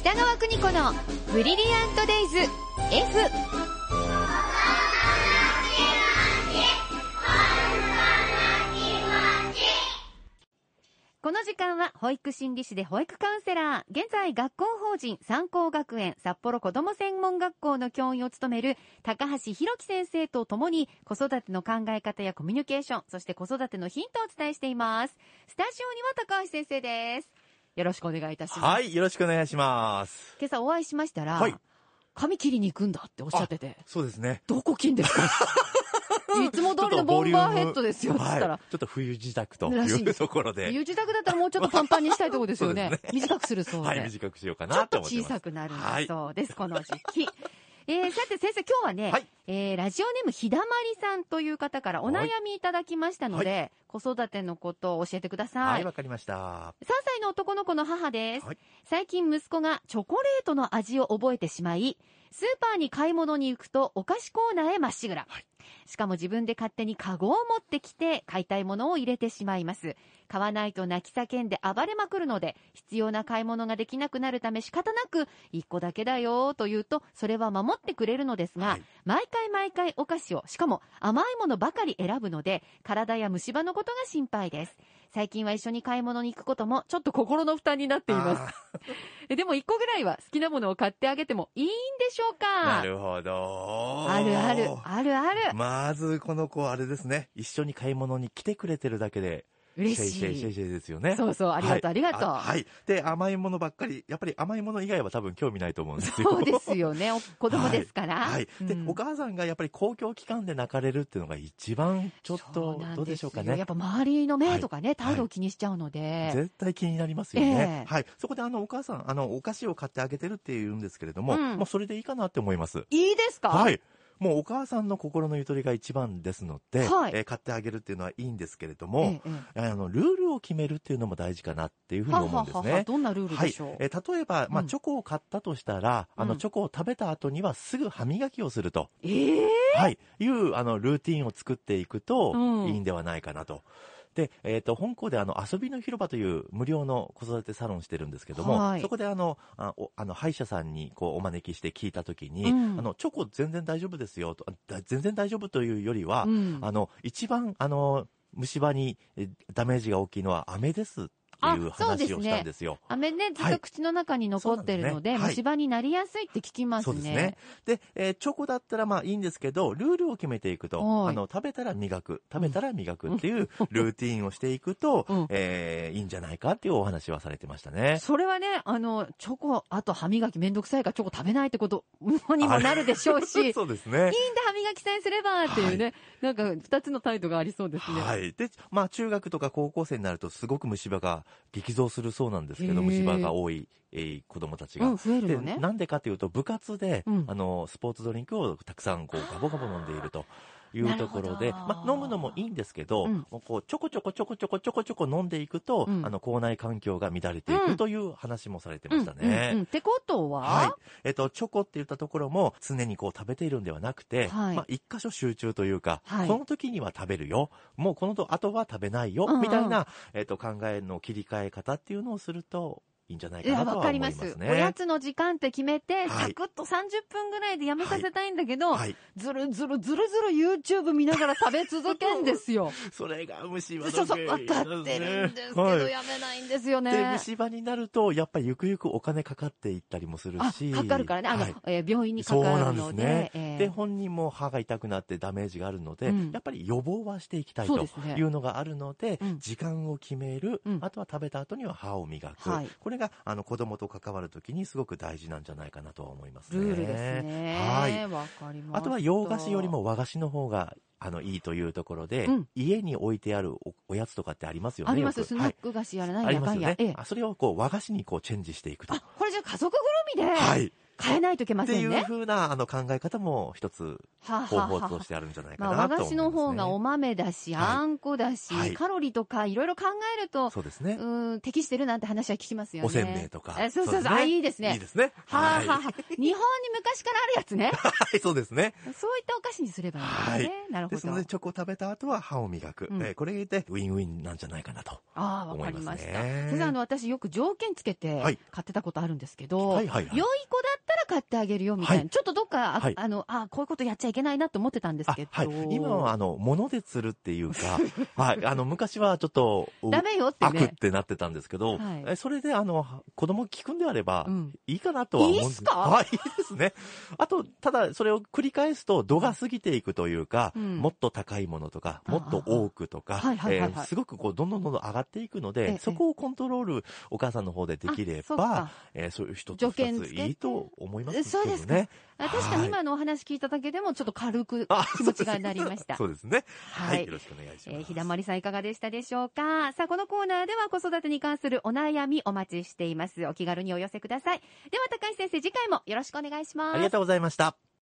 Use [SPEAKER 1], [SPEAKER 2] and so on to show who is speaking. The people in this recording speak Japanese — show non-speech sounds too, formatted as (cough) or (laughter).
[SPEAKER 1] 北川邦子のブリリアントデイズ F この時間は保育心理士で保育カウンセラー、現在学校法人三高学園札幌子ども専門学校の教員を務める高橋弘樹先生と共に子育ての考え方やコミュニケーション、そして子育てのヒントをお伝えしています。スタジオには高橋先生です。よろしくお願いいたします。
[SPEAKER 2] はい、よろしくお願いします。
[SPEAKER 1] 今朝お会いしましたら、
[SPEAKER 2] はい
[SPEAKER 1] 髪切りに行くんだっておっしゃってて、
[SPEAKER 2] そうですね。
[SPEAKER 1] どこ切んです
[SPEAKER 2] (laughs)
[SPEAKER 1] かいつも通りのボンバーヘッドですよ、つった
[SPEAKER 2] は
[SPEAKER 1] ら
[SPEAKER 2] い。ちょっと冬自宅と
[SPEAKER 1] らしい
[SPEAKER 2] いうところで。
[SPEAKER 1] いう自宅だったらもうちょっとパンパンにしたいところですよね。
[SPEAKER 2] そうです
[SPEAKER 1] 短くするそうで。
[SPEAKER 2] はい、短くしようか
[SPEAKER 1] ちょ
[SPEAKER 2] な
[SPEAKER 1] っと
[SPEAKER 2] と思ってま
[SPEAKER 1] 小
[SPEAKER 2] す。
[SPEAKER 1] さくなるん
[SPEAKER 2] は
[SPEAKER 1] だ
[SPEAKER 2] い
[SPEAKER 1] そうです、この時期。えー、さて先生、今日はね、
[SPEAKER 2] はい
[SPEAKER 1] えーラジオネームひだまりさんという方からお悩みいただきましたので、子育てのことを教えてくださ
[SPEAKER 2] はいい、。わかりました。
[SPEAKER 1] 3歳の男の子の母です、
[SPEAKER 2] はい
[SPEAKER 1] 最近息子がチョコレートの味を覚えてしまいスーパーに買い物に行くとお菓子コーナーへまっしぐら、
[SPEAKER 2] はい
[SPEAKER 1] しかも自分で勝手にカゴを持ってきて買いたいものを入れてしまいます買わないと泣き叫んで暴れまくるので必要な買い物ができなくなるため仕方なく1個だけだよと言うとそれは守ってくれるのですが、
[SPEAKER 2] はい
[SPEAKER 1] 毎回毎回お菓子をしかも甘いものばかり選ぶので体や虫歯のことが心配です最近は一緒に買い物に行くこともちょっと心の負担になっています
[SPEAKER 2] あ
[SPEAKER 1] えでも1個ぐらいは好きなものを買ってあげてもいいんでしょう
[SPEAKER 2] ー
[SPEAKER 1] か
[SPEAKER 2] なるほど。
[SPEAKER 1] あるあるあるある
[SPEAKER 2] まず、この子、あれですね。一緒に買い物に来てくれてるだけで、
[SPEAKER 1] 嬉
[SPEAKER 2] シェイシェイシェイ
[SPEAKER 1] し
[SPEAKER 2] シェイですよ
[SPEAKER 1] い
[SPEAKER 2] ね。
[SPEAKER 1] そうそうありがとう、
[SPEAKER 2] はい
[SPEAKER 1] ありがとう、
[SPEAKER 2] はい。で、甘いものばっかり、やっぱり甘いもの以外は多分興味ないと思うんですよ。
[SPEAKER 1] そうですよねお子供ですから、
[SPEAKER 2] はい。で、
[SPEAKER 1] うん
[SPEAKER 2] お母さんがやっぱり公共機関で泣かれるっていうのが一番ちょっ
[SPEAKER 1] そ
[SPEAKER 2] と
[SPEAKER 1] なん、す
[SPEAKER 2] ど
[SPEAKER 1] よ
[SPEAKER 2] うでしょうか
[SPEAKER 1] や
[SPEAKER 2] ね
[SPEAKER 1] っ。ぱ周りの目とかね、態度を
[SPEAKER 2] は
[SPEAKER 1] 気にしちゃうので、
[SPEAKER 2] 絶対気になりますよね。
[SPEAKER 1] ええ
[SPEAKER 2] はい。そこであの、お母さん、あの、お菓子を買ってあげてるって言うんですけれども、
[SPEAKER 1] うん
[SPEAKER 2] もうそれでいいかなって思います。
[SPEAKER 1] いいですか、
[SPEAKER 2] はい。もうお母さんの心のゆとりが一番ですので、
[SPEAKER 1] はい
[SPEAKER 2] えー買ってあげるっていうのはいいんですけれど
[SPEAKER 1] え
[SPEAKER 2] も、
[SPEAKER 1] えええ
[SPEAKER 2] あの、ルールを決めるっていうのも大事かなっていうふうに思うんです
[SPEAKER 1] はははは
[SPEAKER 2] ね。
[SPEAKER 1] どんなルール
[SPEAKER 2] は
[SPEAKER 1] で
[SPEAKER 2] い
[SPEAKER 1] しょう、。
[SPEAKER 2] えー例えば、ま
[SPEAKER 1] う
[SPEAKER 2] あ、
[SPEAKER 1] ん
[SPEAKER 2] チョコを買ったとしたら、あ
[SPEAKER 1] う
[SPEAKER 2] の、
[SPEAKER 1] ん
[SPEAKER 2] チョコを食べた後にはすぐ歯磨きをすると。
[SPEAKER 1] ええ
[SPEAKER 2] はい。いう、あの、ルーティンを作っていくと
[SPEAKER 1] うん、
[SPEAKER 2] いいんではないかなと。で、えっ、と、本校であの、遊びの広場という無料の子育てサロンしてるんですけども、
[SPEAKER 1] はい
[SPEAKER 2] そこであの、あおあの、歯医者さんにこう、お招きして聞いたときに、
[SPEAKER 1] うん
[SPEAKER 2] あの、チョコ全然大丈夫ですよと、あだ全然大丈夫というよりは、
[SPEAKER 1] うん
[SPEAKER 2] あの、一番、あの、虫歯にえダメージが大きいのは飴ですっていう
[SPEAKER 1] あそうです
[SPEAKER 2] 話
[SPEAKER 1] ね
[SPEAKER 2] をしたんですよ。
[SPEAKER 1] 飴ね、ずっ
[SPEAKER 2] は
[SPEAKER 1] と
[SPEAKER 2] い
[SPEAKER 1] 口の中に残ってるので、
[SPEAKER 2] そうなんですねはい
[SPEAKER 1] 虫歯になりやすいって聞きます
[SPEAKER 2] そう
[SPEAKER 1] ね。
[SPEAKER 2] ですね。で、えーチョコだったらまあいいんですけど、ルールを決めていくと、
[SPEAKER 1] はい
[SPEAKER 2] あの、食べたら磨く、食べたら磨くっていうルーティンをしていく
[SPEAKER 1] (laughs)
[SPEAKER 2] と、
[SPEAKER 1] うん
[SPEAKER 2] えーいいんじゃないかっていうお話はされてましたね。
[SPEAKER 1] それはね、あの、チョコ、あと歯磨きめんどくさいからチョコ食べないってことにもなるでしょうし、いいんだ
[SPEAKER 2] (laughs) そうですね。
[SPEAKER 1] 歯磨きさえすればっていうね、なんか二つの態度がありそうですね。
[SPEAKER 2] はい。で、まあ中学とか高校生になるとすごく虫歯が激増するそうなんですけど、
[SPEAKER 1] へー
[SPEAKER 2] 虫歯が多い、えー子供たち
[SPEAKER 1] う
[SPEAKER 2] が。
[SPEAKER 1] ん、増える
[SPEAKER 2] で
[SPEAKER 1] よね。
[SPEAKER 2] なんでかっていうと、部活で、
[SPEAKER 1] うん
[SPEAKER 2] あの、スポーツドリンクをたくさん、こう、ガボガボ飲んでいると。い
[SPEAKER 1] なる
[SPEAKER 2] うと
[SPEAKER 1] ほ
[SPEAKER 2] こ
[SPEAKER 1] ど
[SPEAKER 2] ろで、まあ、飲むのもいいんですけど、
[SPEAKER 1] うん
[SPEAKER 2] もうこう、ちょこちょこちょこちょこちょこちょこ飲んでいくと、
[SPEAKER 1] うん
[SPEAKER 2] あの、口内環境が乱れてい
[SPEAKER 1] うん
[SPEAKER 2] くという話もされてましたね。
[SPEAKER 1] うんうんうん、ってことは、
[SPEAKER 2] はい。えっと、チョコって言ったところも、常にこう食べているんではなくて、
[SPEAKER 1] はい
[SPEAKER 2] まあ、一箇所集中というか、
[SPEAKER 1] はい
[SPEAKER 2] この時には食べるよ、もうこの後は食べないよ、
[SPEAKER 1] うんうん
[SPEAKER 2] みたいな、えっと、考えの切り替え方っていうのをすると、いいんじゃない
[SPEAKER 1] い
[SPEAKER 2] か
[SPEAKER 1] や、
[SPEAKER 2] なと
[SPEAKER 1] わ
[SPEAKER 2] は
[SPEAKER 1] か
[SPEAKER 2] 思
[SPEAKER 1] り
[SPEAKER 2] いま
[SPEAKER 1] ます
[SPEAKER 2] ね。
[SPEAKER 1] す。おやつの時間って決めて、
[SPEAKER 2] はい
[SPEAKER 1] サクッと30分ぐらいでやめさせたいんだけど、
[SPEAKER 2] はい。
[SPEAKER 1] ずるずるずるずる YouTube 見ながら食べ続けんですよ。
[SPEAKER 2] (laughs) それが虫歯
[SPEAKER 1] そう
[SPEAKER 2] の
[SPEAKER 1] そ
[SPEAKER 2] 原
[SPEAKER 1] う、分
[SPEAKER 2] 因
[SPEAKER 1] かってるんですけど、
[SPEAKER 2] はい
[SPEAKER 1] やめないんですよ
[SPEAKER 2] で、
[SPEAKER 1] ね。
[SPEAKER 2] 虫歯になると、やっぱりゆくゆくお金かかっていったりもする
[SPEAKER 1] あ、
[SPEAKER 2] し。
[SPEAKER 1] かかるからね。あの、
[SPEAKER 2] はい
[SPEAKER 1] えー病院にかかるので。
[SPEAKER 2] そうなんですね
[SPEAKER 1] えー
[SPEAKER 2] で、本人も歯が痛くなってダメージがあるので、
[SPEAKER 1] うん
[SPEAKER 2] やっぱり予防はしていきたい
[SPEAKER 1] そう
[SPEAKER 2] と
[SPEAKER 1] ですね
[SPEAKER 2] いうのがあるので、
[SPEAKER 1] うん
[SPEAKER 2] 時間を決める、
[SPEAKER 1] うん
[SPEAKER 2] あとは食べた後には歯を磨く。
[SPEAKER 1] はい
[SPEAKER 2] これが、あの、子供と関わるときにすごく大事なんじゃないかなとは思いますね。
[SPEAKER 1] ルールですね。
[SPEAKER 2] はい。
[SPEAKER 1] わかります。
[SPEAKER 2] あとは洋菓子より。も和菓子の方が、あの、いいというところで、
[SPEAKER 1] うん
[SPEAKER 2] 家に置いてあるおおやつとかってありますよね。
[SPEAKER 1] あります。
[SPEAKER 2] よ
[SPEAKER 1] ス
[SPEAKER 2] く
[SPEAKER 1] ナック菓子やらない
[SPEAKER 2] あ
[SPEAKER 1] や
[SPEAKER 2] り
[SPEAKER 1] か
[SPEAKER 2] ます
[SPEAKER 1] んや
[SPEAKER 2] よね。。
[SPEAKER 1] ええ
[SPEAKER 2] あそれをこう和菓子にこうチェンジしていくと
[SPEAKER 1] あ。、これじゃあ家族ぐるみで。
[SPEAKER 2] はい。
[SPEAKER 1] 変えないといけま
[SPEAKER 2] って
[SPEAKER 1] せん
[SPEAKER 2] いう
[SPEAKER 1] ね。
[SPEAKER 2] ふうなあの考え方も一つ
[SPEAKER 1] はあ
[SPEAKER 2] 方
[SPEAKER 1] はあ
[SPEAKER 2] 法
[SPEAKER 1] はあ
[SPEAKER 2] としてあるんじゃないか
[SPEAKER 1] まあ、和
[SPEAKER 2] なと思います、ね。
[SPEAKER 1] 菓子の方がお豆だし、
[SPEAKER 2] はい
[SPEAKER 1] あんこだし、
[SPEAKER 2] はい
[SPEAKER 1] カロリーとかいろいろ考えると、
[SPEAKER 2] そうです
[SPEAKER 1] う
[SPEAKER 2] ね。
[SPEAKER 1] ーん、適してるなんて話は聞きますよね。
[SPEAKER 2] おせんべいとか。
[SPEAKER 1] えそうそうそう
[SPEAKER 2] です
[SPEAKER 1] あいいですね
[SPEAKER 2] いいですね。
[SPEAKER 1] はあ、
[SPEAKER 2] い。
[SPEAKER 1] はあ、はあ日本に昔からあるやつね。
[SPEAKER 2] はい、そうですね。
[SPEAKER 1] そういったお菓子にすればいいんですね。なるほ
[SPEAKER 2] ですの
[SPEAKER 1] ど
[SPEAKER 2] で、。チョコを食べた後は歯を磨く。
[SPEAKER 1] うん
[SPEAKER 2] えーこれでウィンウィンなんじゃないかなと。
[SPEAKER 1] ああ、わ
[SPEAKER 2] 思
[SPEAKER 1] か
[SPEAKER 2] い
[SPEAKER 1] り
[SPEAKER 2] ま
[SPEAKER 1] ますし
[SPEAKER 2] ね
[SPEAKER 1] た。先生、あの、私よく条件つけて
[SPEAKER 2] はい
[SPEAKER 1] 買ってたことあるんですけど、
[SPEAKER 2] は
[SPEAKER 1] 良
[SPEAKER 2] い
[SPEAKER 1] い
[SPEAKER 2] はいはい
[SPEAKER 1] 子だったら買ってあげるよみたいな、
[SPEAKER 2] は
[SPEAKER 1] ちょっとどっか、あ,、
[SPEAKER 2] はい
[SPEAKER 1] の、あこういうことやっちゃいけないなと思ってたんです
[SPEAKER 2] あ
[SPEAKER 1] けど、
[SPEAKER 2] はい。今は、あの、物で釣るっていう
[SPEAKER 1] (laughs)
[SPEAKER 2] か、はい。あの、昔はちょっと、う
[SPEAKER 1] ダメよって
[SPEAKER 2] 悪っ
[SPEAKER 1] ね。
[SPEAKER 2] てなってたんですけど、
[SPEAKER 1] はい
[SPEAKER 2] えそれで、あの、子供聞くんであれば
[SPEAKER 1] う、ん。
[SPEAKER 2] いいかなとは思うん
[SPEAKER 1] いいっすか
[SPEAKER 2] はい、いいですね。あと、ただ、それを繰り返すと、度が過ぎていくというか、
[SPEAKER 1] うん
[SPEAKER 2] もっと高いものとか、
[SPEAKER 1] あ
[SPEAKER 2] もっと多くとか、
[SPEAKER 1] あはいはいはいはい
[SPEAKER 2] えーすごくこう、どんどんどんどん上がっていくの
[SPEAKER 1] ええ
[SPEAKER 2] で、そこをコントロール、お母さんの方でできれ
[SPEAKER 1] あそう
[SPEAKER 2] ば
[SPEAKER 1] か、
[SPEAKER 2] えーそういう一つ
[SPEAKER 1] 条件
[SPEAKER 2] 二
[SPEAKER 1] つ
[SPEAKER 2] つ
[SPEAKER 1] けて
[SPEAKER 2] いいと思いますけどね。
[SPEAKER 1] そうですかあ確か
[SPEAKER 2] は
[SPEAKER 1] に
[SPEAKER 2] い
[SPEAKER 1] 今のお話聞いただけでも、ちょっと軽く
[SPEAKER 2] あ
[SPEAKER 1] 気持ちがなりました。
[SPEAKER 2] (laughs) そうですね。
[SPEAKER 1] は
[SPEAKER 2] はいい。よろしくお願いし
[SPEAKER 1] えー
[SPEAKER 2] ます。
[SPEAKER 1] ひだまりさんいかがでしたでしょうかさあ、このコーナーでは子育てに関するお悩みお待ちしています。お気軽にお寄せください。では、高橋先生、次回もよろしくお願いします。
[SPEAKER 2] ありがとうございました。